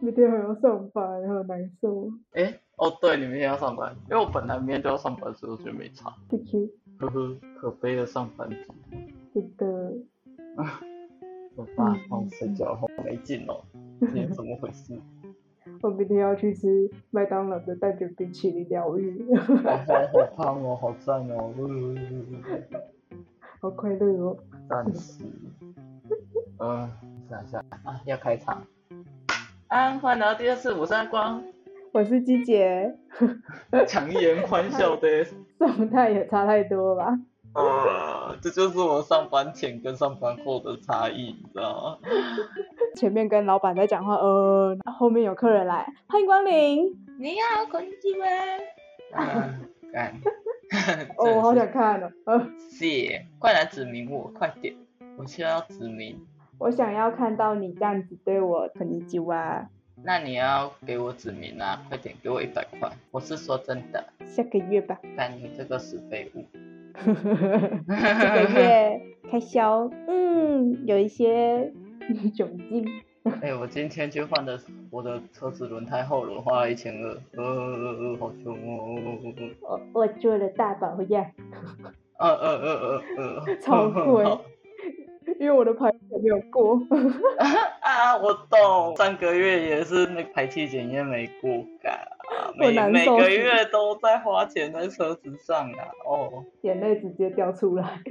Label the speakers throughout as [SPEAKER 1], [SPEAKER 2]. [SPEAKER 1] 明天还要上班，好难受。
[SPEAKER 2] 哎、哦对，你明天要上班，因为我本来明天就要上班，所以我觉得没差。
[SPEAKER 1] Q Q，
[SPEAKER 2] 呵呵，可悲的上班族，
[SPEAKER 1] 真的，
[SPEAKER 2] 我发疯睡觉好没劲哦，今天怎么回事？
[SPEAKER 1] 我明天要去吃麦当劳的蛋卷冰淇淋疗愈，
[SPEAKER 2] 好好好胖哦，好赞哦，呃
[SPEAKER 1] 好快乐哦。
[SPEAKER 2] 暂时，嗯，想一下啊，要开场。安，欢迎来到第二次我是安光，
[SPEAKER 1] 我是鸡姐，
[SPEAKER 2] 强颜欢笑 的。
[SPEAKER 1] 状态也差太多吧？
[SPEAKER 2] 呃，这就是我上班前跟上班后的差异，你知道吗？
[SPEAKER 1] 前面跟老板在讲话，呃，后面有客人来，欢迎光临。
[SPEAKER 3] 你好，こんにちは。
[SPEAKER 2] 啊干，
[SPEAKER 1] 哦，我好想看哦，呃，
[SPEAKER 2] 谢，快来指名我，快点，我需要指名。
[SPEAKER 1] 我想要看到你这样子对我肯尼基哇。
[SPEAKER 2] 那你要给我指名啊，快点给我一百块，我是说真的。
[SPEAKER 1] 下个月吧，
[SPEAKER 2] 但你这个死废物，
[SPEAKER 1] 这个月开销，嗯，有一些 窘境。
[SPEAKER 2] 哎、我今天去换的我的车子轮胎后轮花了一千二，呃，好凶哦，
[SPEAKER 1] 我我做了大保养，
[SPEAKER 2] 呃呃呃呃呃，
[SPEAKER 1] 超贵 因为我的牌还没有过。
[SPEAKER 2] 啊，我懂，上个月也是那排气检验没过嘎，
[SPEAKER 1] 我
[SPEAKER 2] 每
[SPEAKER 1] 难
[SPEAKER 2] 每
[SPEAKER 1] 受
[SPEAKER 2] 个
[SPEAKER 1] 死
[SPEAKER 2] 月都在花钱在车子上啊，哦。
[SPEAKER 1] 眼泪直接掉出来。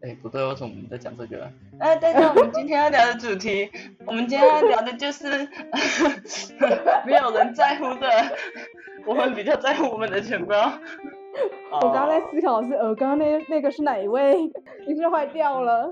[SPEAKER 2] 哎、不对，为什么我们在讲这个？哎、对对，我们今天要聊的主题， 我们今天要聊的就是 没有人在乎的， 我们比较在乎我们的钱包。
[SPEAKER 1] 我刚刚在思考是，呃，刚刚那那个是哪一位？ 你是坏掉了？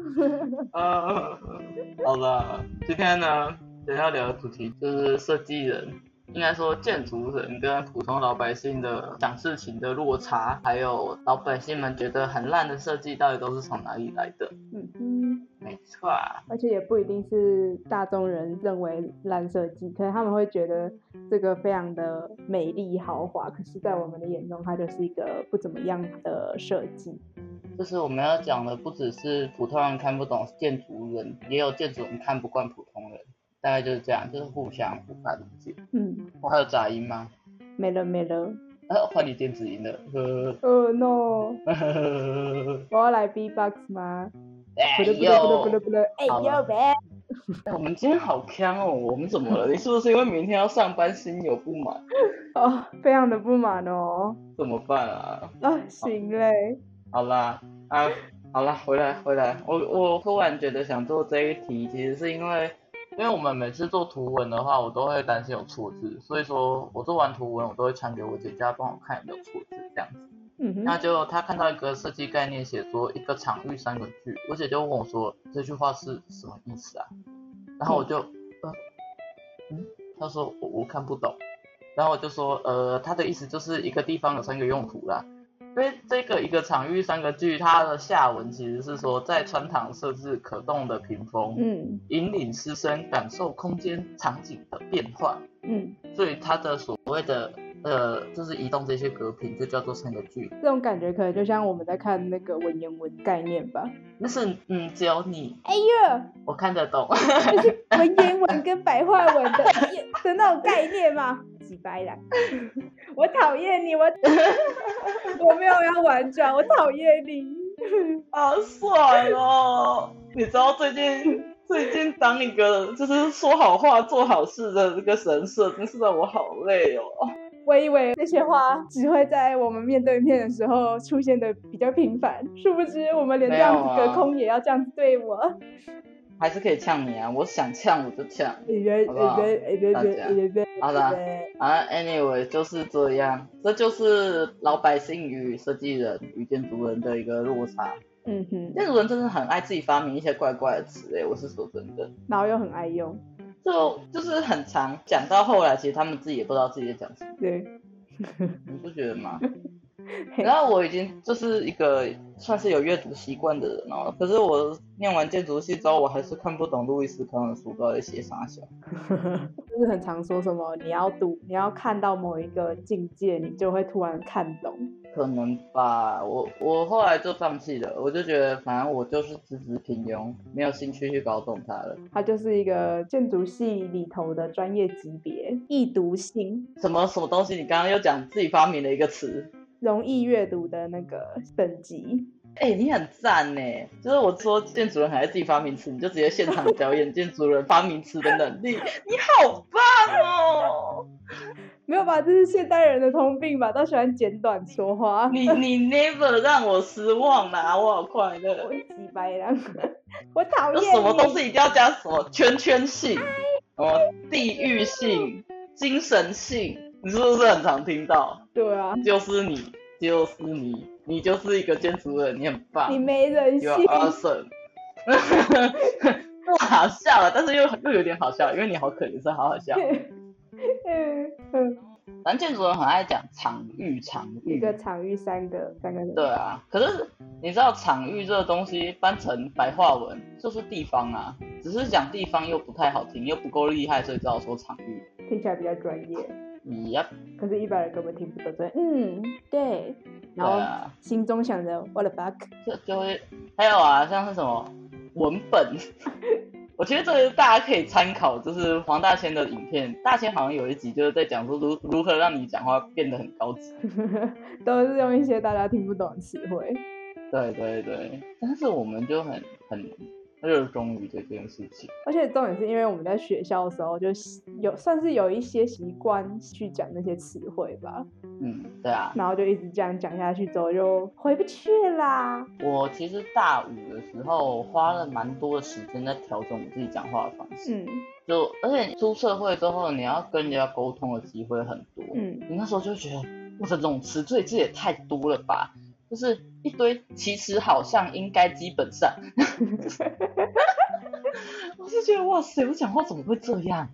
[SPEAKER 2] 呃， 好了，今天呢，想要聊的主题就是设计人，应该说建筑人跟普通老百姓的想事情的落差，还有老百姓们觉得很烂的设计到底都是从哪里来的？
[SPEAKER 1] 嗯嗯，
[SPEAKER 2] 没错啊，
[SPEAKER 1] 而且也不一定是大众人认为烂设计，可能他们会觉得这个非常的美丽豪华，可是，在我们的眼中，它就是一个不怎么样的设计。
[SPEAKER 2] 就是我们要讲的不只是普通人看不懂建筑人，也有建筑人看不惯普通人，大概就是这样，就是互相无法理解。
[SPEAKER 1] 嗯，
[SPEAKER 2] 我、还有杂音吗？
[SPEAKER 1] 没了没了。
[SPEAKER 2] 呃，换你电子音了， 哎呵
[SPEAKER 1] 呃 no，
[SPEAKER 2] 呵呵呵呵。
[SPEAKER 1] 我要来 B box 吗？
[SPEAKER 2] 哎
[SPEAKER 1] 不对不对不对不对
[SPEAKER 2] 呦，
[SPEAKER 1] 不对，哎
[SPEAKER 2] 好
[SPEAKER 1] 呦
[SPEAKER 2] 了
[SPEAKER 1] 呗。
[SPEAKER 2] 哎我们今天好坑哦，我们怎么了？你是不是因为明天要上班心有不满？
[SPEAKER 1] 哦，非常的不满哦。
[SPEAKER 2] 怎么办啊？
[SPEAKER 1] 啊，行嘞。
[SPEAKER 2] 好啦，啊，好啦，回来回来，我我突然觉得想做这一题，其实是因为，因为我们每次做图文的话，我都会担心有错字，所以说我做完图文，我都会传给我姐姐她帮我看有没有错字这样子。
[SPEAKER 1] 嗯
[SPEAKER 2] 那
[SPEAKER 1] 哼，
[SPEAKER 2] 就她看到一个设计概念写说一个场域三个句，我姐就问我说这句话是什么意思啊？然后我就，呃，嗯，她说我我看不懂，然后我就说呃，她的意思就是一个地方有三个用途啦。因为这个一个场域三个句，它的下文其实是说，在穿堂设置可动的屏风，
[SPEAKER 1] 嗯
[SPEAKER 2] 引领师生感受空间场景的变化。
[SPEAKER 1] 嗯，
[SPEAKER 2] 所以它的所谓的呃，就是移动这些隔屏，就叫做三个句。
[SPEAKER 1] 这种感觉可能就像我们在看那个文言文概念吧。
[SPEAKER 2] 但是嗯，只有你
[SPEAKER 1] 哎呀，
[SPEAKER 2] 我看得懂。
[SPEAKER 1] 就是文言文跟白话文的的那种概念嘛。几白啦！我讨厌你，我我没有要婉转，我讨厌你。
[SPEAKER 2] 好爽哦！你知道最近最近当一个就是说好话做好事的这个神社，真是让我好累哦。
[SPEAKER 1] 我以为这些话只会在我们面对面的时候出现的比较频繁，殊不知我们连这样子
[SPEAKER 2] 没有
[SPEAKER 1] 隔
[SPEAKER 2] 啊
[SPEAKER 1] 空也要这样子对我。
[SPEAKER 2] 还是可以呛你啊，我想呛我就呛。
[SPEAKER 1] 人
[SPEAKER 2] 好不好
[SPEAKER 1] 人
[SPEAKER 2] 大家好啦啊，anyway 就是这样，这就是老百姓与设计人与建筑人的一个落差。
[SPEAKER 1] 嗯哼，
[SPEAKER 2] 建筑人真的很爱自己发明一些怪怪的词欸诶、我是说真的，
[SPEAKER 1] 然后又很爱用，
[SPEAKER 2] 就就是很长，讲到后来，其实他们自己也不知道自己在讲什么，
[SPEAKER 1] 对，
[SPEAKER 2] 你不觉得吗？
[SPEAKER 1] 嘿
[SPEAKER 2] 然后我已经就是一个算是有阅读习惯的人哦，可是我念完建筑系之后，我还是看不懂路易斯康的书，不知道在写啥小。
[SPEAKER 1] 就是很常说什么你要读，你要看到某一个境界，你就会突然看懂。
[SPEAKER 2] 可能吧，我我后来就放弃了，我就觉得反正我就是资质平庸，没有兴趣去搞懂它了。
[SPEAKER 1] 它就是一个建筑系里头的专业级别，易读性、
[SPEAKER 2] 什么什么东西？你刚刚又讲自己发明了一个词，
[SPEAKER 1] 容易阅读的那个等级。
[SPEAKER 2] 哎、你很赞呢。就是我说建筑人还自己发明词，你就直接现场表演建筑人发明词的能力，你好棒哦！
[SPEAKER 1] 没有吧？这是现代人的通病吧？都喜欢简短说话，
[SPEAKER 2] 你你 never 让我失望啦，我好快
[SPEAKER 1] 我
[SPEAKER 2] 乐。
[SPEAKER 1] 几白狼， 我讨
[SPEAKER 2] 有
[SPEAKER 1] 厌
[SPEAKER 2] 什么
[SPEAKER 1] 你
[SPEAKER 2] 东西一定要加什么圈圈性、什么地域性、精神性，你是不是很常听到？
[SPEAKER 1] 对啊，
[SPEAKER 2] 就是你，就是你，你就是一个建筑人，你很棒
[SPEAKER 1] 你没人性
[SPEAKER 2] ，You。are awesome。不 好笑啊了，但是又又有点好笑，因为你好可怜，是好好笑。
[SPEAKER 1] 嗯嗯，
[SPEAKER 2] 反正建筑人很爱讲场域，场
[SPEAKER 1] 一
[SPEAKER 2] 域。
[SPEAKER 1] 个场域三个三个人，
[SPEAKER 2] 对啊，可是你知道场域这个东西翻成白话文就是地方啊，只是讲地方又不太好听，又不够厉害，所以只好说场域。
[SPEAKER 1] 听起来比较专业，
[SPEAKER 2] 咦呀，
[SPEAKER 1] 可是一般人根本听不懂。所以嗯，对，
[SPEAKER 2] 对
[SPEAKER 1] 然后
[SPEAKER 2] 啊，
[SPEAKER 1] 心中想着 what the fuck，
[SPEAKER 2] 就就会还有啊，像是什么文本， 我觉得这个大家可以参考，就是黄大千的影片，大千好像有一集就是在讲说如如何让你讲话变得很高级。
[SPEAKER 1] 都是用一些大家听不懂的词汇。
[SPEAKER 2] 对对对，但是我们就很很热衷于这件事情。
[SPEAKER 1] 而且重点是因为我们在学校的时候就习有算是有一些习惯去讲那些词汇吧，
[SPEAKER 2] 嗯，对啊，
[SPEAKER 1] 然后就一直这样讲下去之后就回不去啦。
[SPEAKER 2] 我其实大五的时候花了蛮多的时间在调整我自己讲话的方式，
[SPEAKER 1] 嗯
[SPEAKER 2] 就而且出社会之后，你要跟人家沟通的机会很多，
[SPEAKER 1] 嗯，
[SPEAKER 2] 你那时候就觉得我的冗词赘字也太多了吧，就是一堆其实好像应该基本 上， 我是觉得哇塞，我讲话怎么会这样？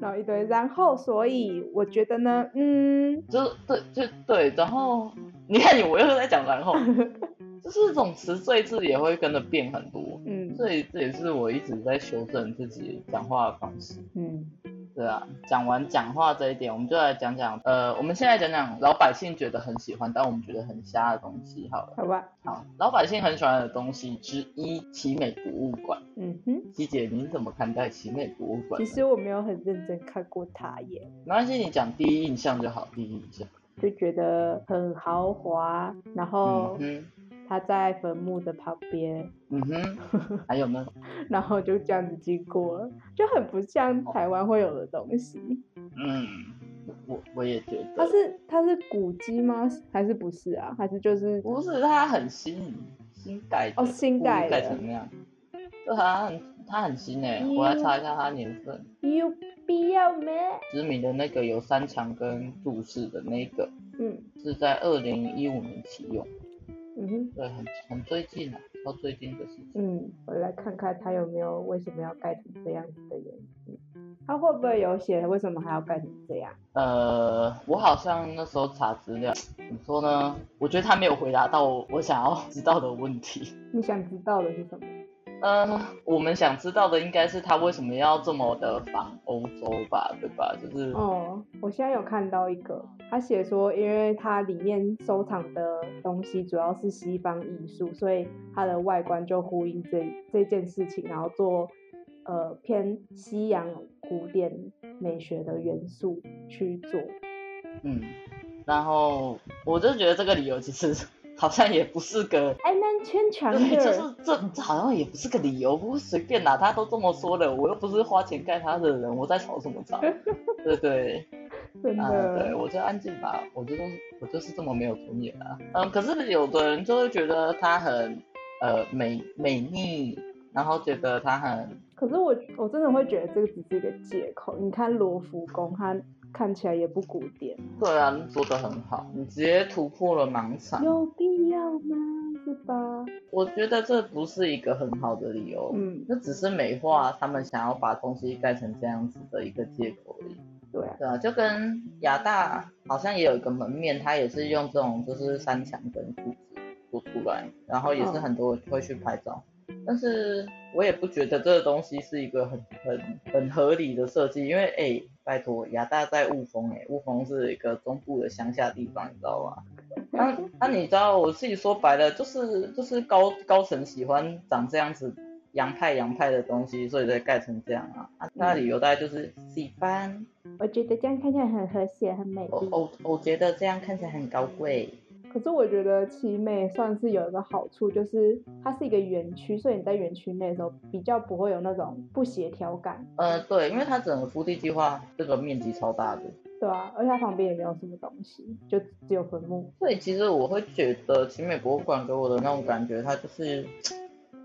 [SPEAKER 1] 然后一堆，然后所以我觉得呢，嗯，
[SPEAKER 2] 就是对就对，然后你看你我又在讲然后， 就是冗词赘字也会跟着变很多，
[SPEAKER 1] 嗯
[SPEAKER 2] 这这也是我一直在修正自己讲话的方式。
[SPEAKER 1] 嗯，
[SPEAKER 2] 对啊，讲完讲话这一点，我们就来讲讲，呃，我们现在讲讲老百姓觉得很喜欢，但我们觉得很瞎的东西好了。
[SPEAKER 1] 好吧，
[SPEAKER 2] 好，老百姓很喜欢的东西之一，奇美博物馆。
[SPEAKER 1] 嗯哼。
[SPEAKER 2] 希姐，您怎么看待奇美博物馆
[SPEAKER 1] 其
[SPEAKER 2] 呢？
[SPEAKER 1] 实我没有很认真看过它耶，
[SPEAKER 2] 没关系，你讲第一印象就好，第一印象。
[SPEAKER 1] 就觉得很豪华，然后
[SPEAKER 2] 嗯
[SPEAKER 1] 它在坟墓的旁边，
[SPEAKER 2] 哼，嗯哼，还有呢？
[SPEAKER 1] 然后就这样子经过了，就很不像台湾会有的东西。
[SPEAKER 2] 嗯，我我也觉
[SPEAKER 1] 它
[SPEAKER 2] 得，
[SPEAKER 1] 是它是古迹吗？还是不是啊？还是就是
[SPEAKER 2] 不是它很新新改的
[SPEAKER 1] 哦新改的嗯
[SPEAKER 2] 故意改成那样。对啊，它很它很新诶、我来查一下它年份。
[SPEAKER 1] 有必要吗？
[SPEAKER 2] 知名的那个有三墙跟注释的那个
[SPEAKER 1] 嗯
[SPEAKER 2] 是在二零一五年启用，
[SPEAKER 1] 嗯哼
[SPEAKER 2] 对，很很最近啊，到最近的事情。
[SPEAKER 1] 嗯，我来看看它有没有为什么要盖成这样子的原因。它会不会有写为什么还要盖成这样？
[SPEAKER 2] 呃，我好像那时候查资料，怎么说呢？我觉得他没有回答到我我想要知道的问题。
[SPEAKER 1] 你想知道的是什么？
[SPEAKER 2] 呃，我们想知道的应该是他为什么要这么的防欧洲吧，对吧？就是
[SPEAKER 1] 哦，我现在有看到一个，他写说，因为它里面收藏的东西主要是西方艺术，所以它的外观就呼应这这件事情，然后做呃偏西洋古典美学的元素去做。
[SPEAKER 2] 嗯，然后我就觉得这个理由其实 好像也不是个
[SPEAKER 1] 还蛮牵强
[SPEAKER 2] 对，就
[SPEAKER 1] 的，
[SPEAKER 2] 是这这好像也不是个理由，不过随便啦，他都这么说了，我又不是花钱盖他的人，我在吵什么吵？ 对对，
[SPEAKER 1] 真
[SPEAKER 2] 啊、对，
[SPEAKER 1] 的。
[SPEAKER 2] 我就安静吧，我就我就是这么没有尊严啊。嗯，可是有的人就会觉得他很呃美美丽，然后觉得他很
[SPEAKER 1] 可是我我真的会觉得这个只是一个借口。你看罗浮宫，它看起来也不古典，
[SPEAKER 2] 对啊，你做的很好，你直接突破了盲场。
[SPEAKER 1] 有必要吗？是吧？
[SPEAKER 2] 我觉得这不是一个很好的理由，
[SPEAKER 1] 嗯，
[SPEAKER 2] 这只是美化他们想要把东西盖成这样子的一个借口而已。
[SPEAKER 1] 对啊，
[SPEAKER 2] 对啊，就跟亚大好像也有一个门面，它也是用这种就是三墙跟柱子做出来，然后也是
[SPEAKER 1] 嗯
[SPEAKER 2] 很多人会去拍照。但是我也不觉得这个东西是一个很很很合理的设计，因为哎、拜托，亚大在雾峰哎、雾峰是一个中部的乡下地方，你知道吗？那、那、你知道，我自己说白了，就是就是高高层喜欢长这样子洋派洋派的东西，所以才盖成这样啊。啊那理由大概就是喜欢，
[SPEAKER 1] 我觉得这样看起来很和谐，很美
[SPEAKER 2] 我
[SPEAKER 1] 丽。
[SPEAKER 2] 我我觉得这样看起来很高贵。
[SPEAKER 1] 可是我觉得奇美算是有一个好处，就是它是一个园区，所以你在园区内的时候比较不会有那种不协调感，
[SPEAKER 2] 呃，对，因为它整个腹地计划这个面积超大的，
[SPEAKER 1] 对吧、而且它旁边也没有什么东西，就只有坟墓。
[SPEAKER 2] 所以其实我会觉得奇美博物馆给我的那种感觉，它就是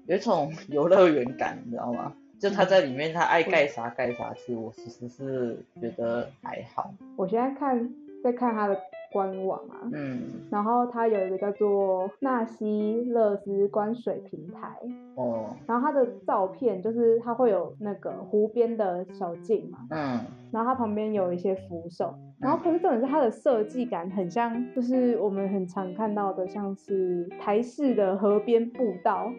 [SPEAKER 2] 有一种 游乐园感，你知道吗？就它在里面，它爱盖啥盖啥去，我其实是觉得还好。
[SPEAKER 1] 我现在看在看它的官网啊，
[SPEAKER 2] 嗯，
[SPEAKER 1] 然后它有一个叫做纳西勒斯观水平台，
[SPEAKER 2] 哦，
[SPEAKER 1] 然后它的照片就是它会有那个湖边的小径嘛，
[SPEAKER 2] 嗯，
[SPEAKER 1] 然后它旁边有一些扶手，然后可是重点是它的设计感很像，就是我们很常看到的，像是台式的河边步道，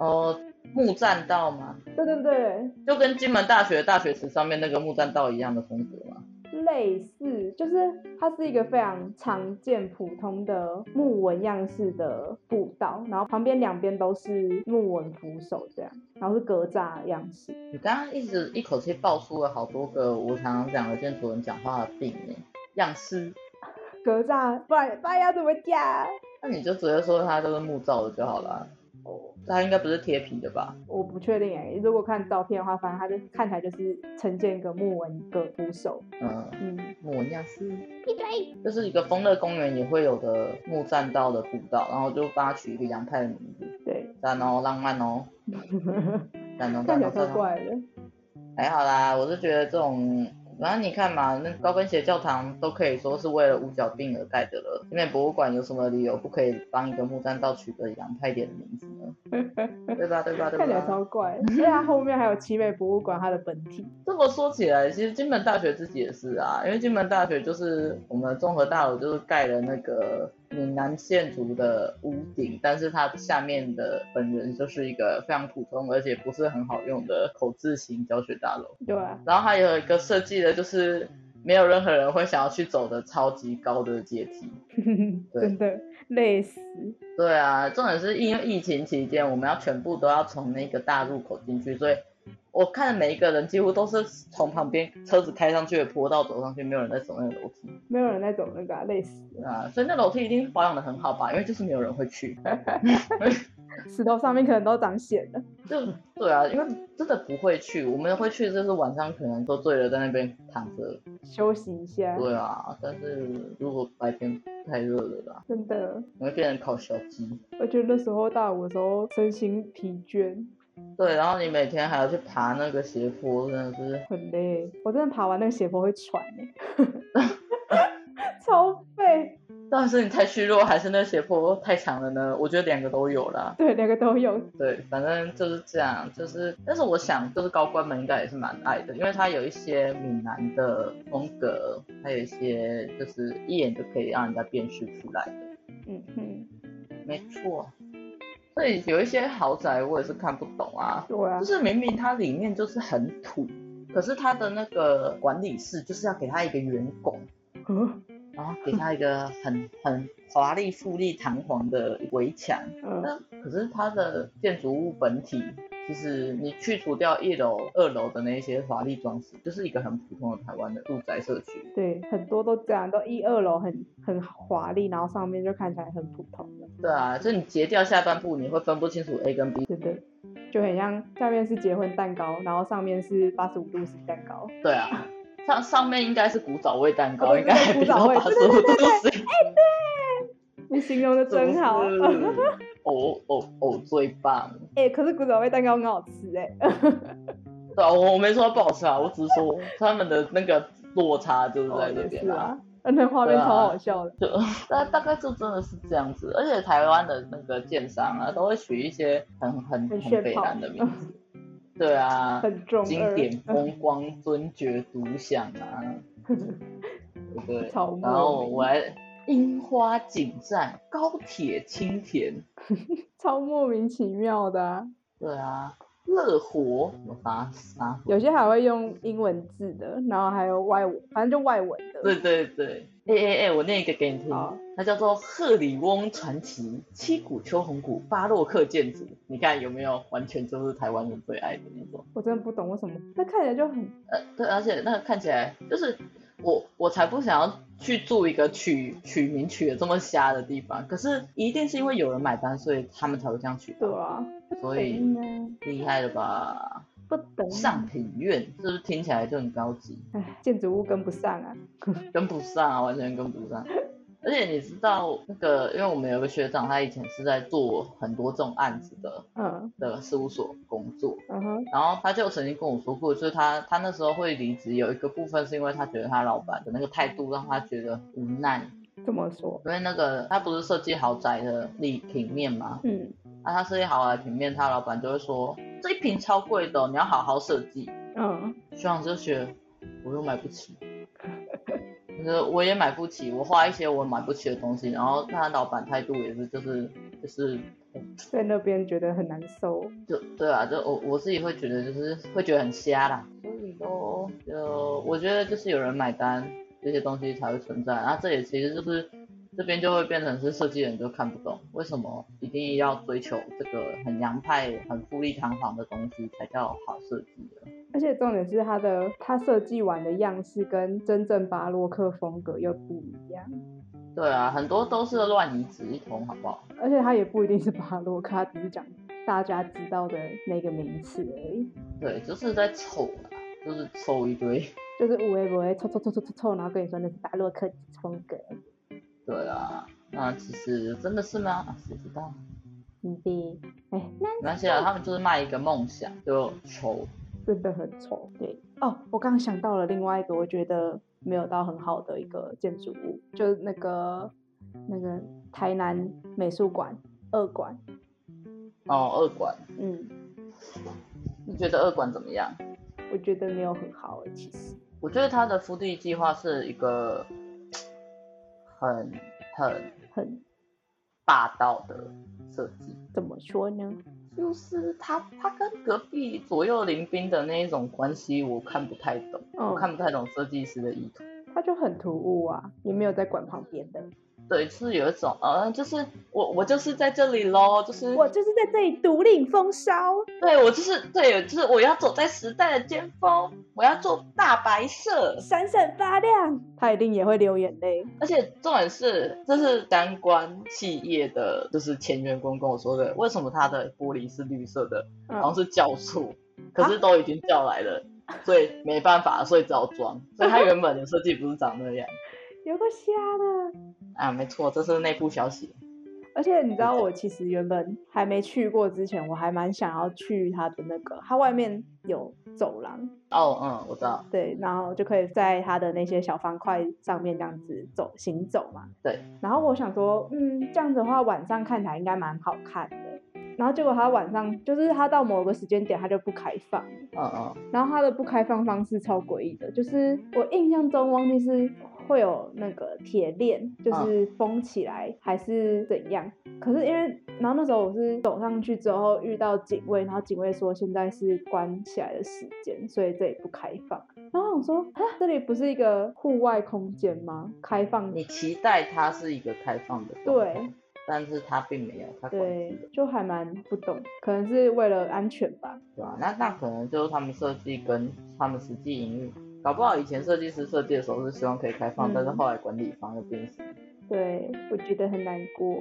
[SPEAKER 2] 哦，木栈道嘛，
[SPEAKER 1] 对对对，
[SPEAKER 2] 就跟金门大学大学池上面那个木栈道一样的风格嘛。
[SPEAKER 1] 类似，就是它是一个非常常见普通的木纹样式的步道，然后旁边两边都是木纹扶手这样，然后是格栅样式。
[SPEAKER 2] 你刚刚一直一口气爆出了好多个我常常讲的建筑人讲话的病耶，样式，
[SPEAKER 1] 格栅，不然不然要怎么讲？
[SPEAKER 2] 那你就直接说它就是木造的就好了。
[SPEAKER 1] 哦，
[SPEAKER 2] 它应该不是贴皮的吧？
[SPEAKER 1] 我不确定哎、如果看照片的话，反正它就看起来就是呈现一个木纹的扶手，
[SPEAKER 2] 嗯，
[SPEAKER 1] 嗯，
[SPEAKER 2] 木纹样式。闭嘴！就是一个丰乐公园也会有的木栈道的步道，然后就帮它取一个洋派的名字，
[SPEAKER 1] 对，
[SPEAKER 2] 赞哦，浪漫哦，赞哦，
[SPEAKER 1] 看
[SPEAKER 2] 赞
[SPEAKER 1] 起来
[SPEAKER 2] 哦，
[SPEAKER 1] 超
[SPEAKER 2] 赞哦。
[SPEAKER 1] 怪的。
[SPEAKER 2] 还好啦，我是觉得这种，反正你看嘛，那高跟鞋教堂都可以说是为了五角病而盖的了，因为博物馆有什么理由不可以帮一个木栈道取个洋派一点的名字呢？对吧？对吧？对
[SPEAKER 1] 看起来
[SPEAKER 2] 吧？
[SPEAKER 1] 超怪的， 而且它后面还有奇美博物馆它的本体，
[SPEAKER 2] 这么说起来，其实金门大学自己也是啊，因为金门大学就是我们综合大楼就是盖了那个闽南建筑的屋顶，但是它下面的本人就是一个非常普通而且不是很好用的口字形教学大楼。
[SPEAKER 1] 对吧、
[SPEAKER 2] 然后还有一个设计的，就是没有任何人会想要去走的超级高的阶梯。
[SPEAKER 1] 真的累死。
[SPEAKER 2] 对啊，重点是因为疫情期间，我们要全部都要从那个大入口进去，所以我看每一个人几乎都是从旁边车子开上去的坡道走上去，没有人在走那个楼梯。
[SPEAKER 1] 没有人在走那个、啊，累死了。
[SPEAKER 2] 对啊，所以那楼梯一定保养的很好吧？因为就是没有人会去。
[SPEAKER 1] 石头上面可能都长蚬了。
[SPEAKER 2] 就对啊，因为真的不会去，我们会去就是晚上可能都醉了在那边躺着。
[SPEAKER 1] 休息一下，
[SPEAKER 2] 对啊，但是如果白天太热了啦，
[SPEAKER 1] 真的，
[SPEAKER 2] 你会变成烤小鸡。
[SPEAKER 1] 我觉得那时候大五的时候身心疲倦，
[SPEAKER 2] 对，然后你每天还要去爬那个斜坡，真的是
[SPEAKER 1] 很累。我真的爬完那个斜坡会喘哎、欸， 超废。
[SPEAKER 2] 到底是你太虚弱，还是那斜坡太强了呢？我觉得两个都有啦。
[SPEAKER 1] 对，两个都有。
[SPEAKER 2] 对，反正就是这样，就是，但是我想，就是高官们应该也是蛮爱的，因为它有一些闽南的风格，还有一些就是一眼就可以让人家辨识出来的。
[SPEAKER 1] 嗯嗯，
[SPEAKER 2] 没错，所以有一些豪宅我也是看不懂啊，
[SPEAKER 1] 对啊
[SPEAKER 2] 就，是明明它里面就是很土，可是它的那个管理室就是要给它一个圆拱。
[SPEAKER 1] 嗯
[SPEAKER 2] 然后给他一个很很华丽、富丽堂皇的围墙。
[SPEAKER 1] 呃
[SPEAKER 2] 那可是它的建筑物本体，其实你去除掉一楼、二楼的那些华丽装饰，就是一个很普通的台湾的住宅社区。
[SPEAKER 1] 对，很多都这样，都一二楼很很华丽，然后上面就看起来很普通的，
[SPEAKER 2] 对啊，就你截掉下半部，你会分不清楚 A 跟 B。
[SPEAKER 1] 真的。就很像下面是结婚蛋糕，然后上面是八十五度 C 蛋糕。
[SPEAKER 2] 对啊，上上面应该是古早味蛋糕，
[SPEAKER 1] 哦对
[SPEAKER 2] 应该还
[SPEAKER 1] 对
[SPEAKER 2] 比较
[SPEAKER 1] 古
[SPEAKER 2] 八
[SPEAKER 1] 早味
[SPEAKER 2] 十五度 C。
[SPEAKER 1] 你形容的真好。
[SPEAKER 2] 是不是哦哦哦，最棒！
[SPEAKER 1] 哎、可是古早味蛋糕很好吃哎、
[SPEAKER 2] 对啊，我我没说它不好吃啊，我只是说他们的那个落差就是在这
[SPEAKER 1] 也
[SPEAKER 2] 边
[SPEAKER 1] 是啊，呃那画面
[SPEAKER 2] 对啊
[SPEAKER 1] 超好笑的。
[SPEAKER 2] 就 大大概就真的是这样子，而且台湾的那个建商啊，都会取一些很
[SPEAKER 1] 很
[SPEAKER 2] 很很
[SPEAKER 1] 炫
[SPEAKER 2] 北
[SPEAKER 1] 炮
[SPEAKER 2] 南的名字，对啊，
[SPEAKER 1] 很中
[SPEAKER 2] 经
[SPEAKER 1] 二
[SPEAKER 2] 典风光、尊爵、独享啊， 对不对？
[SPEAKER 1] 超
[SPEAKER 2] 然后
[SPEAKER 1] 莫
[SPEAKER 2] 我
[SPEAKER 1] 名，
[SPEAKER 2] 还樱花景站、高铁青田，
[SPEAKER 1] 超莫名其妙的啊、
[SPEAKER 2] 对啊，乐活什么啥啥，
[SPEAKER 1] 有些还会用英文字的，然后还有外文，反正就外文的。啊
[SPEAKER 2] 对对对，哎哎哎，我念一个给你听
[SPEAKER 1] 好，
[SPEAKER 2] 它叫做《赫里翁传奇》，七股秋红谷巴洛克建筑，你看有没有完全就是台湾人最爱的那种？
[SPEAKER 1] 我真的不懂为什么，那看起来就很
[SPEAKER 2] 呃，对，而且那个看起来就是我，我才不想要去住一个取取名取的这么瞎的地方。可是一定是因为有人买单，所以他们才会这样取吧。
[SPEAKER 1] 对啊，
[SPEAKER 2] 所以
[SPEAKER 1] 不懂啊
[SPEAKER 2] 厉害了吧？
[SPEAKER 1] 不懂啊
[SPEAKER 2] 上品院是不是听起来就很高级？
[SPEAKER 1] 唉，建筑物跟不上啊。
[SPEAKER 2] 跟不上啊，完全跟不上。而且你知道那个，因为我们有个学长，他以前是在做很多这种案子的
[SPEAKER 1] 嗯
[SPEAKER 2] 的事务所工作，
[SPEAKER 1] 嗯哼，
[SPEAKER 2] 然后他就曾经跟我说过，就是他他那时候会离职，有一个部分是因为他觉得他老板的那个态度让他觉得无奈，
[SPEAKER 1] 这么说，
[SPEAKER 2] 因为那个他不是设计豪宅的立平面吗？
[SPEAKER 1] 嗯，
[SPEAKER 2] 那、他设计豪宅平面，他老板就会说这一平超贵的哦、你要好好设计。
[SPEAKER 1] 嗯，
[SPEAKER 2] 学长就觉得我又买不起，就是我也买不起，我花一些我买不起的东西，然后他老板态度也是就是就是
[SPEAKER 1] 在那边觉得很难受。
[SPEAKER 2] 就对啊，就我我自己会觉得就是会觉得很瞎啦，所以咯，就我觉得哦就是有人买单这些东西才会存在，然后这也其实就是这边就会变成是设计人就看不懂为什么一定要追求这个很洋派、很富丽堂皇的东西才叫好设计的。
[SPEAKER 1] 而且重点是它的，它设计完的样式跟真正巴洛克风格又不一样，
[SPEAKER 2] 对啊，很多都是乱移植一通，好不好？
[SPEAKER 1] 而且它也不一定是巴洛克，它只是讲大家知道的那个名词而已，
[SPEAKER 2] 对，就是在凑啊，就是凑一堆。
[SPEAKER 1] 就是五 A 五 A 凑凑凑凑凑凑，然后跟你说那是巴洛克风格，
[SPEAKER 2] 对啊，那其实真的是吗？啊谁知道？
[SPEAKER 1] 嗯的，哎，那
[SPEAKER 2] 没关系啊，他们就是卖一个梦想，就愁。
[SPEAKER 1] 真的很丑。对哦，我刚刚想到了另外一个，我觉得没有到很好的一个建筑物，就是那个那个台南美术馆二馆，
[SPEAKER 2] 哦，二馆，
[SPEAKER 1] 嗯，
[SPEAKER 2] 你觉得二馆怎么样？
[SPEAKER 1] 我觉得没有很好诶，其实。
[SPEAKER 2] 我觉得他的复地计划是一个很很
[SPEAKER 1] 很
[SPEAKER 2] 霸道的设计，
[SPEAKER 1] 怎么说呢？
[SPEAKER 2] 就是他他跟隔壁左右邻兵的那一种关系，我看不太懂，
[SPEAKER 1] 嗯
[SPEAKER 2] 我看不太懂设计师的意图。
[SPEAKER 1] 它就很突兀啊，也没有在管旁边的。
[SPEAKER 2] 对，就是有一种，呃，就是我我就是在这里喽，就是
[SPEAKER 1] 我就是在这里独领风骚，
[SPEAKER 2] 对我就是对，就是我要走在时代的尖峰，我要做大白色，
[SPEAKER 1] 闪闪发亮。他一定也会流眼泪。
[SPEAKER 2] 而且重点是，这是相关企业的，就是前员工跟我说的，为什么他的玻璃是绿色的，
[SPEAKER 1] 嗯
[SPEAKER 2] 好像是酵素，可
[SPEAKER 1] 啊
[SPEAKER 2] 是都已经叫来了。所以没办法，所以只好装。所以他原本的设计不是长那样
[SPEAKER 1] 有个瞎的。
[SPEAKER 2] 啊，没错，这是内部消息。
[SPEAKER 1] 而且你知道，我其实原本还没去过之前，我还蛮想要去它的那个，它外面有走廊，
[SPEAKER 2] 哦，嗯，我知道。
[SPEAKER 1] 对，然后就可以在它的那些小方块上面这样子走行走嘛。
[SPEAKER 2] 对。
[SPEAKER 1] 然后我想说，嗯，这样子的话晚上看起来应该蛮好看的。然后结果它晚上就是它到某个时间点它就不开放了，
[SPEAKER 2] 嗯嗯，
[SPEAKER 1] 然后它的不开放方式超诡异的，就是我印象中忘记是会有那个铁链，就是封起来还是怎样。可是因为，然后那时候我是走上去之后遇到警卫，然后警卫说现在是关起来的时间，所以这里不开放。然后我想说，啊，这里不是一个户外空间吗？开放
[SPEAKER 2] 你期待它是一个开放的，
[SPEAKER 1] 对，
[SPEAKER 2] 但是它并没有，它管制
[SPEAKER 1] 对，就还蛮不懂，可能是为了安全吧。
[SPEAKER 2] 对吧、那那可能就是他们设计跟他们实际营运，搞不好以前设计师设计的时候是希望可以开放，
[SPEAKER 1] 嗯
[SPEAKER 2] 但是后来管理方又变形。
[SPEAKER 1] 对，我觉得很难过。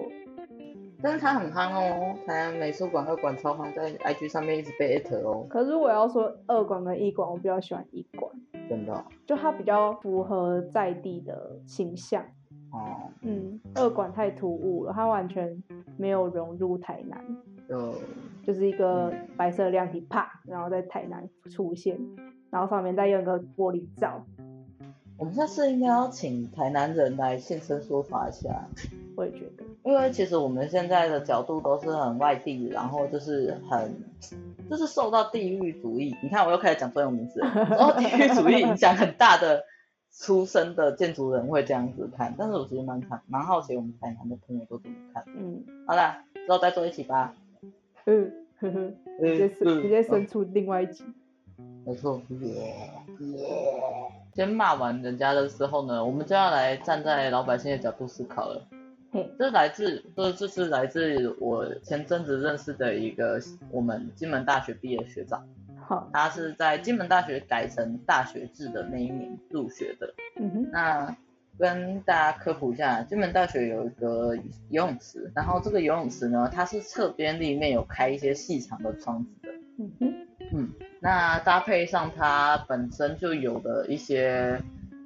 [SPEAKER 2] 但是他很夯哦，台南美术馆和馆超夯，在 IG 上面一直被 at 哦，
[SPEAKER 1] 可是我要说二馆跟一馆，我比较喜欢一馆。
[SPEAKER 2] 真的哦。
[SPEAKER 1] 就它比较符合在地的形象。
[SPEAKER 2] 哦
[SPEAKER 1] 嗯，二馆太突兀了，它完全没有融入台南，
[SPEAKER 2] 就
[SPEAKER 1] 就是一个
[SPEAKER 2] 嗯
[SPEAKER 1] 白色量体啪，然后在台南出现，然后上面再用一个玻璃罩，
[SPEAKER 2] 我们下次应该要请台南人来现身说法一下，
[SPEAKER 1] 我也觉得，
[SPEAKER 2] 因为其实我们现在的角度都是很外地，然后就是很。就是受到地域主义，你看我又开始讲专有名词了，受到地域主义影响很大的出生的建筑人会这样子看，但是我其实蛮看蛮好奇我们台南的朋友都怎么看。
[SPEAKER 1] 嗯
[SPEAKER 2] 好啦，之后再做一起吧。
[SPEAKER 1] 嗯， 呵呵，直接
[SPEAKER 2] 嗯
[SPEAKER 1] 伸直接
[SPEAKER 2] 嗯
[SPEAKER 1] 伸出另外一集。
[SPEAKER 2] 没错，先骂完人家的时候呢，我们就要来站在老百姓的角度思考了。
[SPEAKER 1] 嘿，
[SPEAKER 2] 这来自，这这是来自我前阵子认识的一个我们金门大学毕业的学长，
[SPEAKER 1] 好，
[SPEAKER 2] 他是在金门大学改成大学制的那一年入学的。
[SPEAKER 1] 嗯哼，
[SPEAKER 2] 那跟大家科普一下，金门大学有一个游泳池，然后这个游泳池呢，它是侧边立面有开一些细长的窗子的。
[SPEAKER 1] 嗯哼，
[SPEAKER 2] 那搭配上它本身就有的一些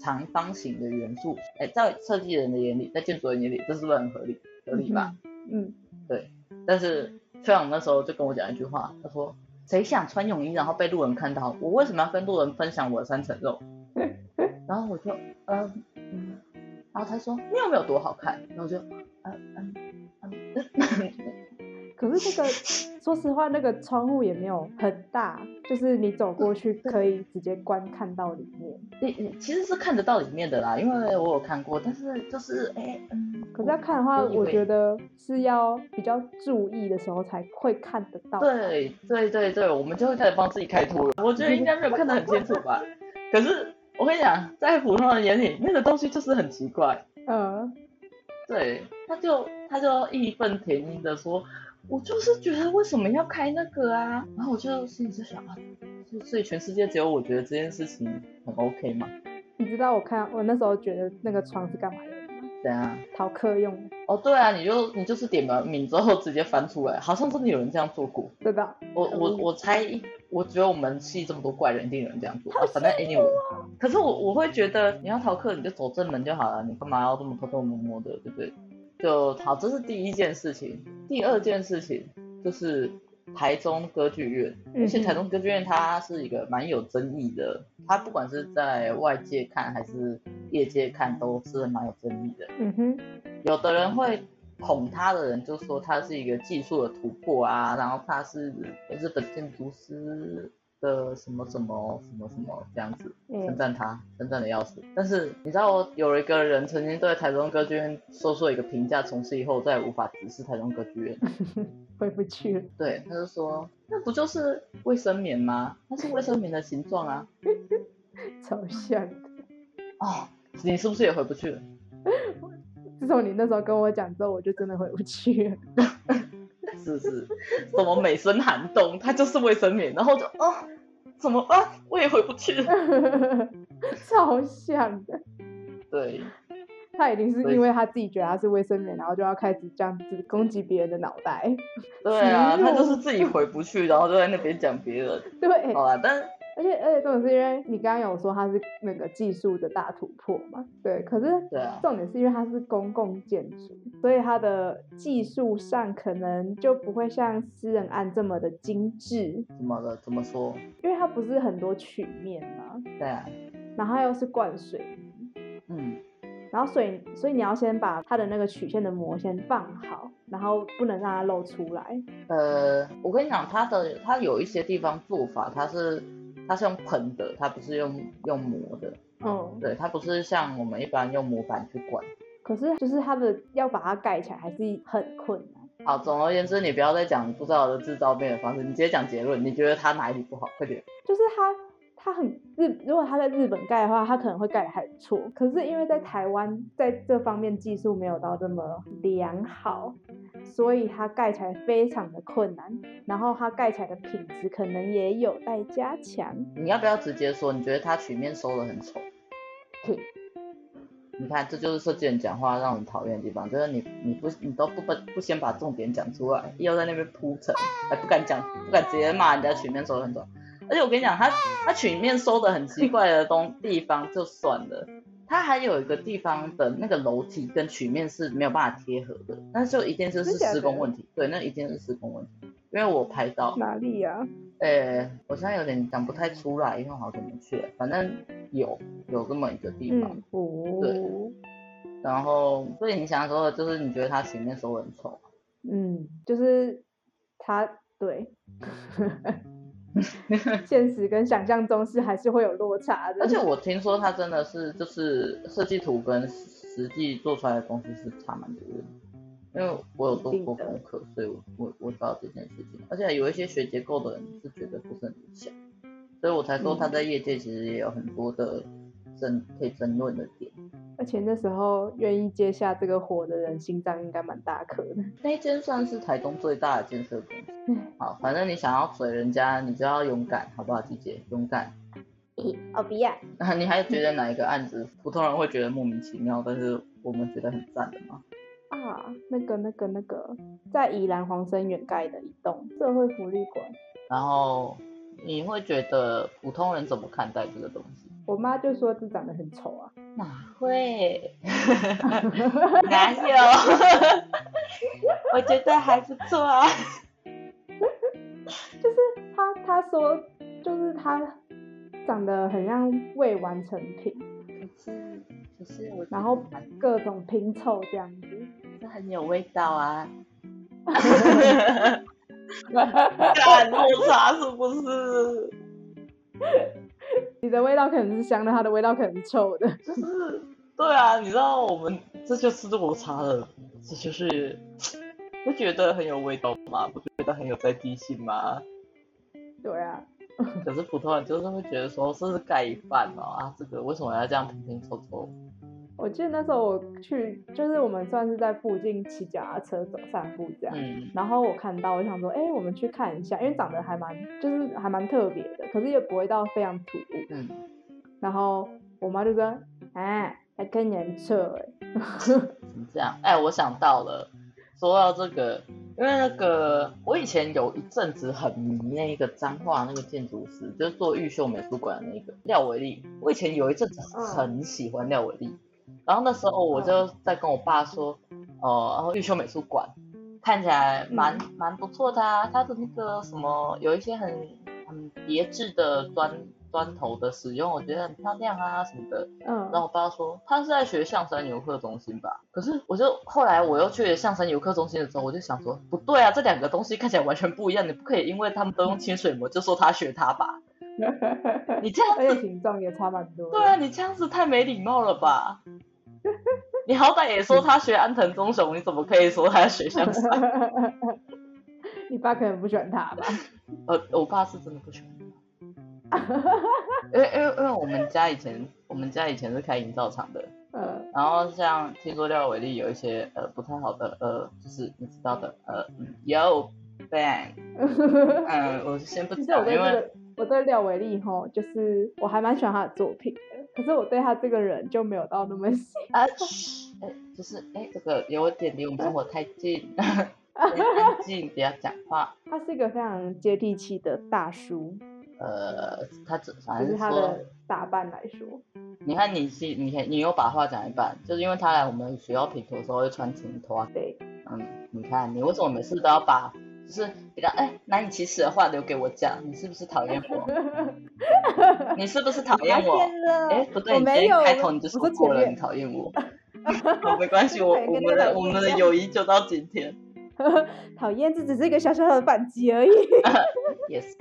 [SPEAKER 2] 长方形的元素，哎，在设计人的眼里，在建筑人眼里，这是不是很合理？合理吧？
[SPEAKER 1] 嗯，
[SPEAKER 2] 但是崔朗那时候就跟我讲一句话，他说：“谁想穿泳衣然后被路人看到？我为什么要跟路人分享我的三层 肉？”然后我就，呃嗯，然后他说：“你有没有多好看？”然后我就，呃嗯嗯，
[SPEAKER 1] 可是这个，说实话，那个窗户也没有很大，就是你走过去
[SPEAKER 2] 嗯
[SPEAKER 1] 可以直接观看到里面。
[SPEAKER 2] 你你其实是看得到里面的啦，因为我有看过，但是就是哎嗯，
[SPEAKER 1] 可是要看的话，
[SPEAKER 2] 我以为
[SPEAKER 1] 我觉得是要比较注意的时候才会看得到。
[SPEAKER 2] 对对对对，我们就会开始帮自己开脱了。我觉得应该没有看得很清楚吧。可是我跟你讲，在普通人眼里，那个东西就是很奇怪。
[SPEAKER 1] 呃，
[SPEAKER 2] 对，他就他就义愤填膺的说，我就是觉得为什么要开那个啊？然后我就心里就想啊，就所以全世界只有我觉得这件事情很 OK 嘛？
[SPEAKER 1] 你知道我看我那时候觉得那个床是干嘛用的吗？
[SPEAKER 2] 怎样？
[SPEAKER 1] 逃课用的，
[SPEAKER 2] 啊哦，对啊，你就你就是点了名之后直接翻出来，好像真的有人这样做过。
[SPEAKER 1] 对吧？
[SPEAKER 2] 我我我猜，我觉得我们系这么多怪人，一定有人这样做。啊、反正 anyway，、可是我我会觉得，你要逃课你就走正门就好了，你干嘛要这么偷偷摸摸的，对不对？就好，这是第一件事情。第二件事情就是台中歌剧院，
[SPEAKER 1] 嗯
[SPEAKER 2] 而且台中歌剧院它是一个蛮有争议的，它不管是在外界看还是业界看都是蛮有争议的。
[SPEAKER 1] 嗯哼，
[SPEAKER 2] 有的人会捧他的人就说他是一个技术的突破啊，然后他是日本建筑师的什么什么什么什么这样子，称
[SPEAKER 1] 嗯，
[SPEAKER 2] 赞他，称赞的要死。但是你知道，我有一个人曾经对台中歌剧院说出一个评价，从此以后我再也无法直视台中歌剧院。
[SPEAKER 1] 回不去了。
[SPEAKER 2] 对，他就说那不就是卫生棉吗？那是卫生棉的形状啊。
[SPEAKER 1] 超像的。
[SPEAKER 2] 哦，你是不是也回不去了？
[SPEAKER 1] 自从你那时候跟我讲之后，我就真的回不去了。
[SPEAKER 2] 是是， 什么美声寒冬，它就是卫生棉，然后就哦，怎么办？我也回不去 了。
[SPEAKER 1] 超像的，
[SPEAKER 2] 对，
[SPEAKER 1] 他一定是
[SPEAKER 2] 所以
[SPEAKER 1] 因为他自己觉得他是卫生棉，然后就要开始这样子攻击别人的脑袋。
[SPEAKER 2] 对啊，
[SPEAKER 1] 天
[SPEAKER 2] 他
[SPEAKER 1] 哪
[SPEAKER 2] 就是自己回不去，然后就在那边讲别人。
[SPEAKER 1] 对，
[SPEAKER 2] 好啦，但
[SPEAKER 1] 而且而且重点是因为你刚刚有说它是那个技术的大突破嘛，对，可是
[SPEAKER 2] 对啊
[SPEAKER 1] 重点是因为它是公共建筑，所以它的技术上可能就不会像私人案这么的精致，
[SPEAKER 2] 怎么了？怎么说？
[SPEAKER 1] 因为它不是很多曲面嘛，
[SPEAKER 2] 对啊，
[SPEAKER 1] 然后它又是灌水泥，
[SPEAKER 2] 嗯，
[SPEAKER 1] 然后所以所以你要先把它的那个曲线的模先放好，然后不能让它露出来，
[SPEAKER 2] 呃，我跟你讲，它的它有一些地方做法，它是它是用喷的，它不是用用磨的。
[SPEAKER 1] 嗯，
[SPEAKER 2] 对，它不是像我们一般用模板去灌。
[SPEAKER 1] 可是就是它的要把它盖起来还是很困难。
[SPEAKER 2] 好，总而言之，你不要再讲不知道的制造面的方式，你直接讲结论。你觉得它哪里不好？快点。
[SPEAKER 1] 就是它它很日，如果它在日本盖的话，它可能会盖得还不错。可是因为在台湾，在这方面技术没有到这么良好，所以它盖起来非常的困难。然后它盖起来的品质可能也有待加强。
[SPEAKER 2] 你要不要直接说？你觉得他曲面收的很丑？
[SPEAKER 1] 嘿，
[SPEAKER 2] 你看，这就是设计人讲话让人讨厌的地方，就是你你不你都不不不先把重点讲出来，又在那边铺陈，还不敢讲，不敢直接骂人家曲面收的很丑。而且我跟你讲，他他曲面收的很奇怪的东 地方就算了，他还有一个地方的那个楼梯跟曲面是没有办法贴合的，那就一定就是
[SPEAKER 1] 真假的
[SPEAKER 2] 施工问题。对，那一定是施工问题，因为我拍到，
[SPEAKER 1] 哪里啊呀、
[SPEAKER 2] 呃，我现在有点讲不太出来，因为我好久没去了。反正有有这么一个地方，
[SPEAKER 1] 嗯，哦，
[SPEAKER 2] 然后所以你想说的就是你觉得它曲面收得很丑，
[SPEAKER 1] 嗯，就是它 对。现实跟想象中是还是会有落差的，
[SPEAKER 2] 而且我听说它真的是就是设计图跟实际做出来的东西是差蛮多的。因为我有做
[SPEAKER 1] 一定
[SPEAKER 2] 过
[SPEAKER 1] 的
[SPEAKER 2] 功课，所以我我我知道这件事情。而且有一些学结构的人是觉得不是很理想，所以我才说他在业界其实也有很多的争可以争论的点。
[SPEAKER 1] 而且那时候愿意接下这个活的人，心脏应该蛮大颗的。
[SPEAKER 2] 那一间算是台东最大的建设公司。
[SPEAKER 1] 嗯
[SPEAKER 2] 好，反正你想要嘴人家，你就要勇敢，好不好，季姐？勇敢。
[SPEAKER 1] 哦，比亚，
[SPEAKER 2] 那你还觉得哪一个案子普通人会觉得莫名其妙，但是我们觉得很赞的吗？
[SPEAKER 1] 啊，那个那个那个，在宜兰黄生远盖的一栋社会福利馆，
[SPEAKER 2] 然后你会觉得普通人怎么看待这个东西？
[SPEAKER 1] 我妈就说这长得很丑啊。
[SPEAKER 2] 哪 会？
[SPEAKER 3] 哪有？ 我觉得还不错啊。
[SPEAKER 1] 就是他他说就是他长得很像未完成品，
[SPEAKER 2] 可是可是我觉得
[SPEAKER 1] 然后
[SPEAKER 2] 还
[SPEAKER 1] 各种拼凑这样子。
[SPEAKER 2] 是很有味道 啊！
[SPEAKER 3] 干落差是不是？
[SPEAKER 1] 你的味道可能是香的，他的味道可能是臭的。
[SPEAKER 2] 就是对啊，你知道我们这就是落差了，这就是不觉得很有味道吗？不觉得很有在地性吗？
[SPEAKER 1] 对啊，
[SPEAKER 2] 可是普通人就是会觉得说，这是盖饭哦啊，这个为什么要这样拼拼凑凑？
[SPEAKER 1] 我记得那时候我去，就是我们算是在附近骑脚踏车走散步这样。
[SPEAKER 2] 嗯，
[SPEAKER 1] 然后我看到，我想说，哎、我们去看一下，因为长得还蛮，就是还蛮特别的，可是也不会到非常突兀。
[SPEAKER 2] 嗯，
[SPEAKER 1] 然后我妈就说，啊，还看人扯、欸，
[SPEAKER 2] 怎么这样？哎，我想到了，说到这个，因为那个我以前有一阵子很迷那个彰化那个建筑师，就是做玉秀美术馆的那个廖伟丽，我以前有一阵子
[SPEAKER 1] 嗯
[SPEAKER 2] 很喜欢廖伟丽，然后那时候我就在跟我爸说，哦、然后玉秀美术馆看起来蛮蛮不错的啊，它的那个什么有一些很很别致的砖砖头的使用，我觉得很漂亮啊什么的。
[SPEAKER 1] 嗯，
[SPEAKER 2] 然后我爸说他是在学象山游客中心吧，可是我就后来我又去了象山游客中心的时候，我就想说不对啊，这两个东西看起来完全不一样，你不可以因为他们都用清水模就说他学他吧，你这样
[SPEAKER 1] 而
[SPEAKER 2] 子
[SPEAKER 1] 且形状也差蛮多的。
[SPEAKER 2] 对啊，你这样子太没礼貌了吧？你好歹也说他学安藤忠雄，你怎么可以说他学象山？
[SPEAKER 1] 你爸可能不喜欢他吧？
[SPEAKER 2] 呃，我爸是真的不喜欢他，因为因为因为我们家以前我们家以前是开营造厂的，
[SPEAKER 1] 呃，
[SPEAKER 2] 然后像听说廖伟丽有一些呃不太好的呃，就是你知道的呃嗯有 ban，嗯，我先不
[SPEAKER 1] 其实
[SPEAKER 2] 讲
[SPEAKER 1] 我，对
[SPEAKER 2] 因
[SPEAKER 1] 这
[SPEAKER 2] 为
[SPEAKER 1] 个，我对廖伟丽吼，就是我还蛮喜欢他的作品的，可是我对他这个人就没有到那么喜
[SPEAKER 2] 啊，嘘哎、就是哎、这个有点离我们生活太近， 安静，不要讲话。
[SPEAKER 1] 欢。他是一个非常接地气的大叔，
[SPEAKER 2] 呃，他只反
[SPEAKER 1] 就是
[SPEAKER 2] 正
[SPEAKER 1] 他
[SPEAKER 2] 说，
[SPEAKER 1] 的打扮来说，
[SPEAKER 2] 你看你是你看你又把话讲一半，就是因为他来我们学校品头的时候会穿情头啊，
[SPEAKER 1] 对，
[SPEAKER 2] 嗯，你看你为什么每次都要把就是比较哎、难以启齿的话留给我讲，你是不是讨厌 我？你是不是讨厌我？
[SPEAKER 1] 了
[SPEAKER 2] 哎，不对，
[SPEAKER 1] 啊我
[SPEAKER 2] 你
[SPEAKER 1] 没
[SPEAKER 2] 今
[SPEAKER 1] 有，
[SPEAKER 2] 天开头你就
[SPEAKER 1] 我
[SPEAKER 2] 说
[SPEAKER 1] 是
[SPEAKER 2] 过
[SPEAKER 1] 前
[SPEAKER 2] 了，你
[SPEAKER 1] 面，
[SPEAKER 2] 讨 厌我。好，没关系，我
[SPEAKER 1] 对
[SPEAKER 2] 我
[SPEAKER 1] 跟
[SPEAKER 2] 们
[SPEAKER 1] 那
[SPEAKER 2] 的
[SPEAKER 1] 个
[SPEAKER 2] 我们
[SPEAKER 1] 一
[SPEAKER 2] 的
[SPEAKER 1] 样
[SPEAKER 2] 友谊就到今天。
[SPEAKER 1] 讨厌这只是一个小小的反击而已。
[SPEAKER 2] 也是，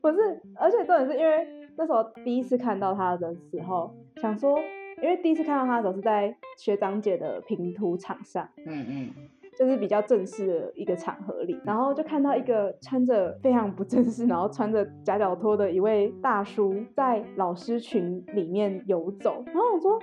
[SPEAKER 1] 不是，而且重点是因为那时候第一次看到他的时候，想说，因为第一次看到他的时候是在学长姐的平图场上，
[SPEAKER 2] 嗯嗯，
[SPEAKER 1] 就是比较正式的一个场合里，然后就看到一个穿着非常不正式，然后穿着夹脚拖的一位大叔在老师群里面游走，然后我说，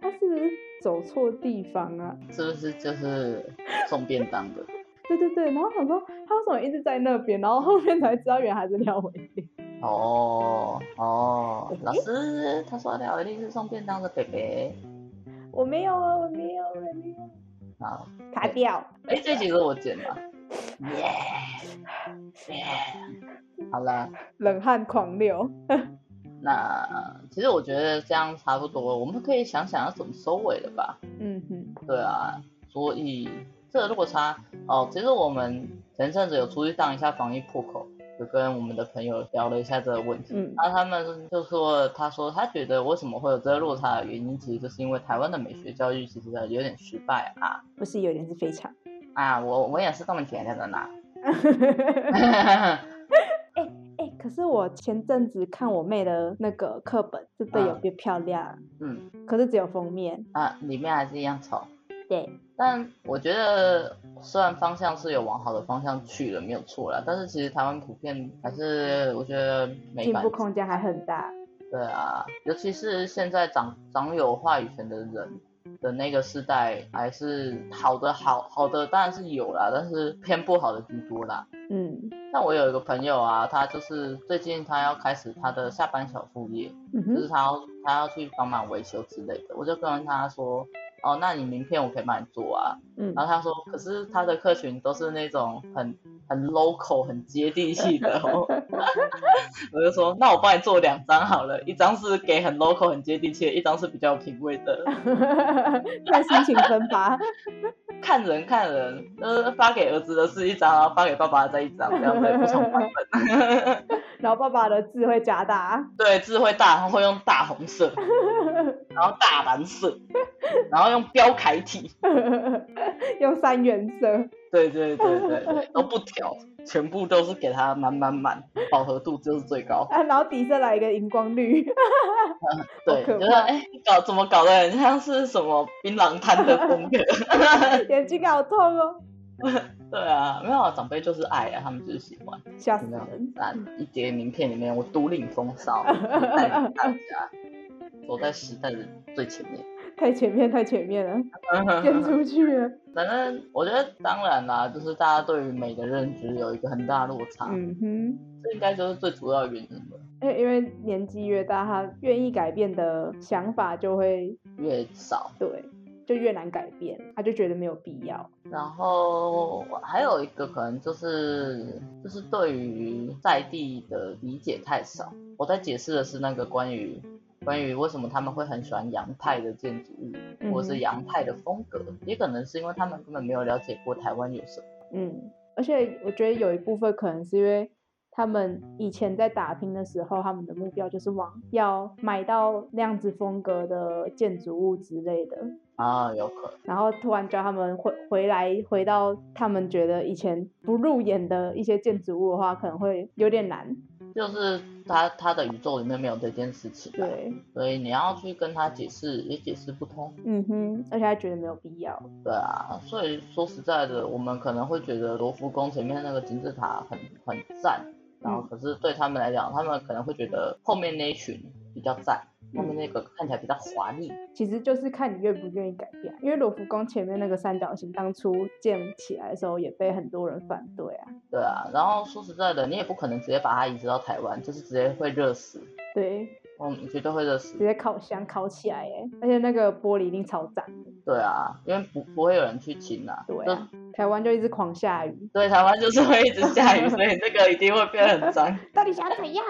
[SPEAKER 1] 他是不是走错地方啊？
[SPEAKER 2] 是不是就是送便当的？
[SPEAKER 1] 对对对，然后想说他为什么一直在那边，然后后面才知道原来还是廖伟丽。
[SPEAKER 2] 哦哦
[SPEAKER 1] 诶，
[SPEAKER 2] 老师他说廖一定是送便当的北北。
[SPEAKER 1] 我没有啊，我没有，我没有，
[SPEAKER 2] 好，
[SPEAKER 1] 卡掉。
[SPEAKER 2] 哎，这集是我剪的。耶耶，好了。
[SPEAKER 1] 冷汗狂流。
[SPEAKER 2] 那其实我觉得这样差不多，我们可以想想要怎么收尾了吧？
[SPEAKER 1] 嗯哼，
[SPEAKER 2] 对啊，所以这个落差哦，其实我们前阵子有出去当一下防疫破口，有跟我们的朋友聊了一下这个问题。
[SPEAKER 1] 嗯
[SPEAKER 2] 然后他们就说，他说他觉得为什么会有这个落差的原因，其实就是因为台湾的美学教育其实有点失败啊
[SPEAKER 1] 不是有点是非常。
[SPEAKER 2] 啊！我我也是这么觉得的呢。
[SPEAKER 1] 哎、可是我前阵子看我妹的那个课本，真的有
[SPEAKER 2] 嗯
[SPEAKER 1] 变漂亮，
[SPEAKER 2] 嗯
[SPEAKER 1] 可是只有封面。
[SPEAKER 2] 啊，里面还是一样丑。
[SPEAKER 1] 对，
[SPEAKER 2] 但我觉得虽然方向是有往好的方向去了，没有错啦，但是其实台湾普遍还是我觉得美
[SPEAKER 1] 进
[SPEAKER 2] 感
[SPEAKER 1] 步空间还很大。
[SPEAKER 2] 对啊，尤其是现在掌掌有话语权的人的那个时代，还是好的好好的当然是有啦，但是偏不好的居多啦。
[SPEAKER 1] 嗯
[SPEAKER 2] 像我有一个朋友啊，他就是最近他要开始他的下班小副业，
[SPEAKER 1] 嗯
[SPEAKER 2] 就
[SPEAKER 1] 哼
[SPEAKER 2] 是他要他要去帮忙维修之类的，我就跟他说，哦，那你名片我可以帮你做啊。
[SPEAKER 1] 嗯
[SPEAKER 2] 然后他说，可是他的客群都是那种很很 local、很接地气的、哦。 我就说，那我帮你做两张好了，一张是给很 local、很接地气的，一张是比较有品味的。
[SPEAKER 1] 看心情分发，
[SPEAKER 2] 看人看人，呃，发给儿子的是一张，然后发给爸爸的再一张，这样子不同版本。
[SPEAKER 1] 然后爸爸的字会加大，
[SPEAKER 2] 对，智慧大他会用大红色，然后大蓝色，然后用标楷体。
[SPEAKER 1] 用三原色。
[SPEAKER 2] 对对 对对对，都不调，全部都是给他满满满，饱和度就是最高。
[SPEAKER 1] 啊，然后底色来一个荧光绿， 好
[SPEAKER 2] 对，
[SPEAKER 1] 可
[SPEAKER 2] 就是
[SPEAKER 1] 怕
[SPEAKER 2] 哎、你搞怎么搞的，很像是什么槟榔摊的风格。
[SPEAKER 1] 眼睛好痛哦，
[SPEAKER 2] 对啊，没有啊，长辈就是爱啊，他们就是喜欢。
[SPEAKER 1] 吓死
[SPEAKER 2] 有没有
[SPEAKER 1] 人！？
[SPEAKER 2] 那一叠名片里面，我独领风骚，带领大家走在时代的最前 面。
[SPEAKER 1] 太前面，太前面 了，先出去了。
[SPEAKER 2] 反正我觉得，当然啦，就是大家对于美的认知有一个很大的落差，
[SPEAKER 1] 嗯哼，
[SPEAKER 2] 这应该就是最主要的原因了，
[SPEAKER 1] 因为因为年纪越大，他愿意改变的想法就会
[SPEAKER 2] 越少。
[SPEAKER 1] 对，就越难改变，他就觉得没有必要。
[SPEAKER 2] 然后还有一个可能就是就是对于在地的理解太少。我在解释的是那个关于关于为什么他们会很喜欢洋派的建筑
[SPEAKER 1] 嗯
[SPEAKER 2] 物，或者是洋派的风格，也可能是因为他们根本没有了解过台湾有什么。
[SPEAKER 1] 嗯，而且我觉得有一部分可能是因为他们以前在打拼的时候，他们的目标就是往要买到那样子风格的建筑物之类的，
[SPEAKER 2] 啊，有可能，
[SPEAKER 1] 然后突然叫他们回回来回到他们觉得以前不入眼的一些建筑物的话，可能会有点难。
[SPEAKER 2] 就是他他的宇宙里面没有这件事情，，啊
[SPEAKER 1] 对，
[SPEAKER 2] 所以你要去跟他解释也解释不通，
[SPEAKER 1] 嗯哼，而且他觉得没有必要。
[SPEAKER 2] 对啊，所以说实在的，我们可能会觉得罗浮宫前面那个金字塔很很赞，然后
[SPEAKER 1] 嗯
[SPEAKER 2] 可是对他们来讲，他们可能会觉得后面那一群比较赞，后
[SPEAKER 1] 嗯
[SPEAKER 2] 面那个看起来比较华丽。
[SPEAKER 1] 其实就是看你愿不愿意改变，因为罗浮宫前面那个三角形当初建起来的时候也被很多人反对啊。
[SPEAKER 2] 对啊，然后说实在的，你也不可能直接把它移植到台湾，就是直接会热死，
[SPEAKER 1] 对，
[SPEAKER 2] 嗯，绝对会热死
[SPEAKER 1] 直。接烤箱烤起来耶，而且那个玻璃一定超赞。
[SPEAKER 2] 对啊，因为不不会有人去亲啊。
[SPEAKER 1] 对啊，台湾就一直狂下雨，
[SPEAKER 2] 对，台湾就是会一直下雨，所以这个一定会变得很脏。
[SPEAKER 1] 到底想怎样？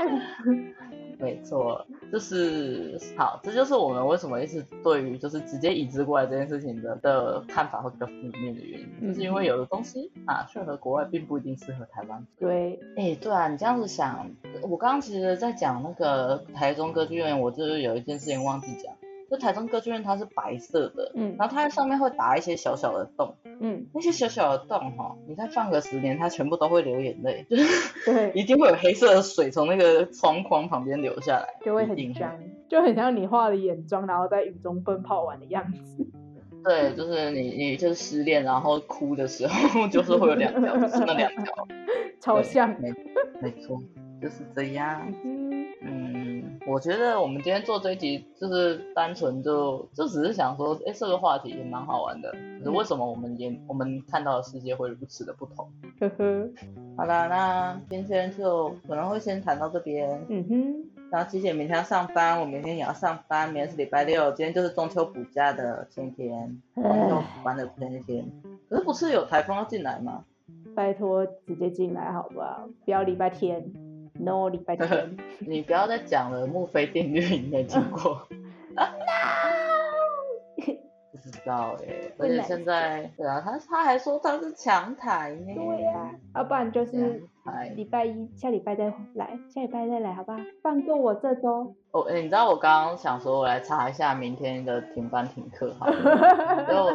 [SPEAKER 2] 没错，就是好，这就是我们为什么一直对于就是直接移植过来这件事情的的看法会比较负面的原因，就是因为有的东西啊适合国外，并不一定适合台湾。
[SPEAKER 1] 对，
[SPEAKER 2] 哎，对啊，你这样子想，我刚刚其实在讲那个台中歌剧院，我就是有一件事情忘记讲，就台中歌剧院它是白色的，
[SPEAKER 1] 嗯
[SPEAKER 2] 然后它上面会打一些小小的洞，
[SPEAKER 1] 嗯，
[SPEAKER 2] 那些小小的洞哈、你再放个十年，它全部都会流眼泪，就是
[SPEAKER 1] 对，
[SPEAKER 2] 一定会有黑色的水从那个窗框旁边流下来。
[SPEAKER 1] 就会
[SPEAKER 2] 一
[SPEAKER 1] 很
[SPEAKER 2] 定会
[SPEAKER 1] 脏，就很像你化了眼妆，然后在雨中奔跑完的样子。
[SPEAKER 2] 对，就是你你就是失恋然后哭的时候， 就是会有两条，就是那两条。
[SPEAKER 1] 超
[SPEAKER 2] 对
[SPEAKER 1] 像。
[SPEAKER 2] 没 没错，就是这样。
[SPEAKER 1] 嗯，
[SPEAKER 2] 嗯，我觉得我们今天做这一集，就是单纯就就只是想说，哎，这个话题也蛮好玩的，就是为什么我们眼我们看到的世界会如此的不同。
[SPEAKER 1] 呵呵，
[SPEAKER 2] 好啦，那今天就可能会先谈到这边，
[SPEAKER 1] 嗯哼，
[SPEAKER 2] 然后琪姐明天要上班，我明天也要上班，明天是礼拜六，今天就是中秋补假的前一天，
[SPEAKER 1] 哎
[SPEAKER 2] 中秋补班的前一天。可是不是有台风要进来吗？
[SPEAKER 1] 拜托直接进来好不好？不要礼拜天，no 礼拜 天
[SPEAKER 2] 你不要再讲了，墨菲定律你没听过？
[SPEAKER 1] 嗯
[SPEAKER 2] 不知道哎、而且现在对啊，他他还说他是强台呢、
[SPEAKER 1] 对呀、要不然就是
[SPEAKER 2] 强台
[SPEAKER 1] 礼拜一下礼拜再来，下礼拜再来好不好？放过我这周，
[SPEAKER 2] 哦、欸你知道我刚刚想说，我来查一下明天的停班停课好了， 然后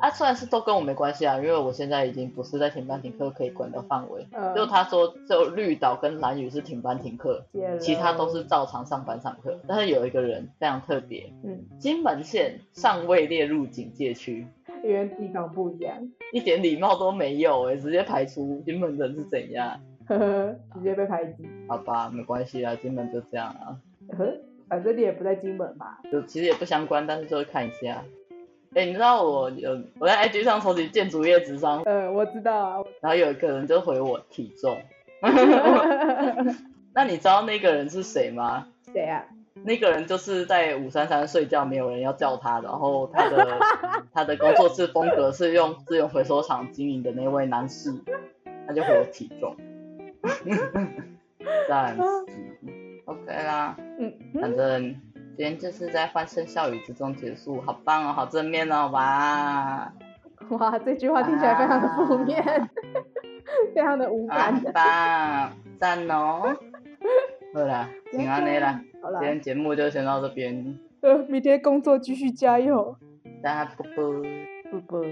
[SPEAKER 2] 啊，虽然是都跟我没关系啊，因为我现在已经不是在停班停课可以管的范围。
[SPEAKER 1] 呃
[SPEAKER 2] 就他说，只有绿岛跟蓝屿是停班停课，
[SPEAKER 1] 解了
[SPEAKER 2] 其他都是照常上班上课。但是有一个人非常特别，
[SPEAKER 1] 嗯，
[SPEAKER 2] 金门县尚未列入警戒区，
[SPEAKER 1] 因为地方不一样，
[SPEAKER 2] 一点礼貌都没有哎、直接排除金门人是怎样？
[SPEAKER 1] 呵呵，直接被排挤。
[SPEAKER 2] 好吧，没关系啦，金门就这样啊，
[SPEAKER 1] 呵呵，反正你也不在金门嘛，
[SPEAKER 2] 就其实也不相关，但是就会看一下。哎、你知道我有我在 IG 上收集建筑业智商，
[SPEAKER 1] 呃，我知道啊，
[SPEAKER 2] 然后有一个人就回我体重，
[SPEAKER 1] 我
[SPEAKER 2] 那你知道那个人是谁吗？
[SPEAKER 1] 谁啊？
[SPEAKER 2] 那个人就是在五三三睡觉，没有人要叫他，然后他 的他的工作室风格是用资源回收厂经营的那位男士，他就回我体 重，但 OK 啦，
[SPEAKER 1] 嗯，嗯
[SPEAKER 2] 反正今天就是在欢声笑语之中结束，好棒哦，好正面哦，哇，
[SPEAKER 1] 哇，这句话听起来非常的负面，
[SPEAKER 2] 啊
[SPEAKER 1] 非常的无
[SPEAKER 2] 啊
[SPEAKER 1] 感。
[SPEAKER 2] 很棒，赞 哦，好啦，平安的啦，
[SPEAKER 1] 好
[SPEAKER 2] 今
[SPEAKER 1] 啦，
[SPEAKER 2] 天节目就先到这边，
[SPEAKER 1] 呃，明天工作继续加油，
[SPEAKER 2] 大家啵啵。
[SPEAKER 1] 不不。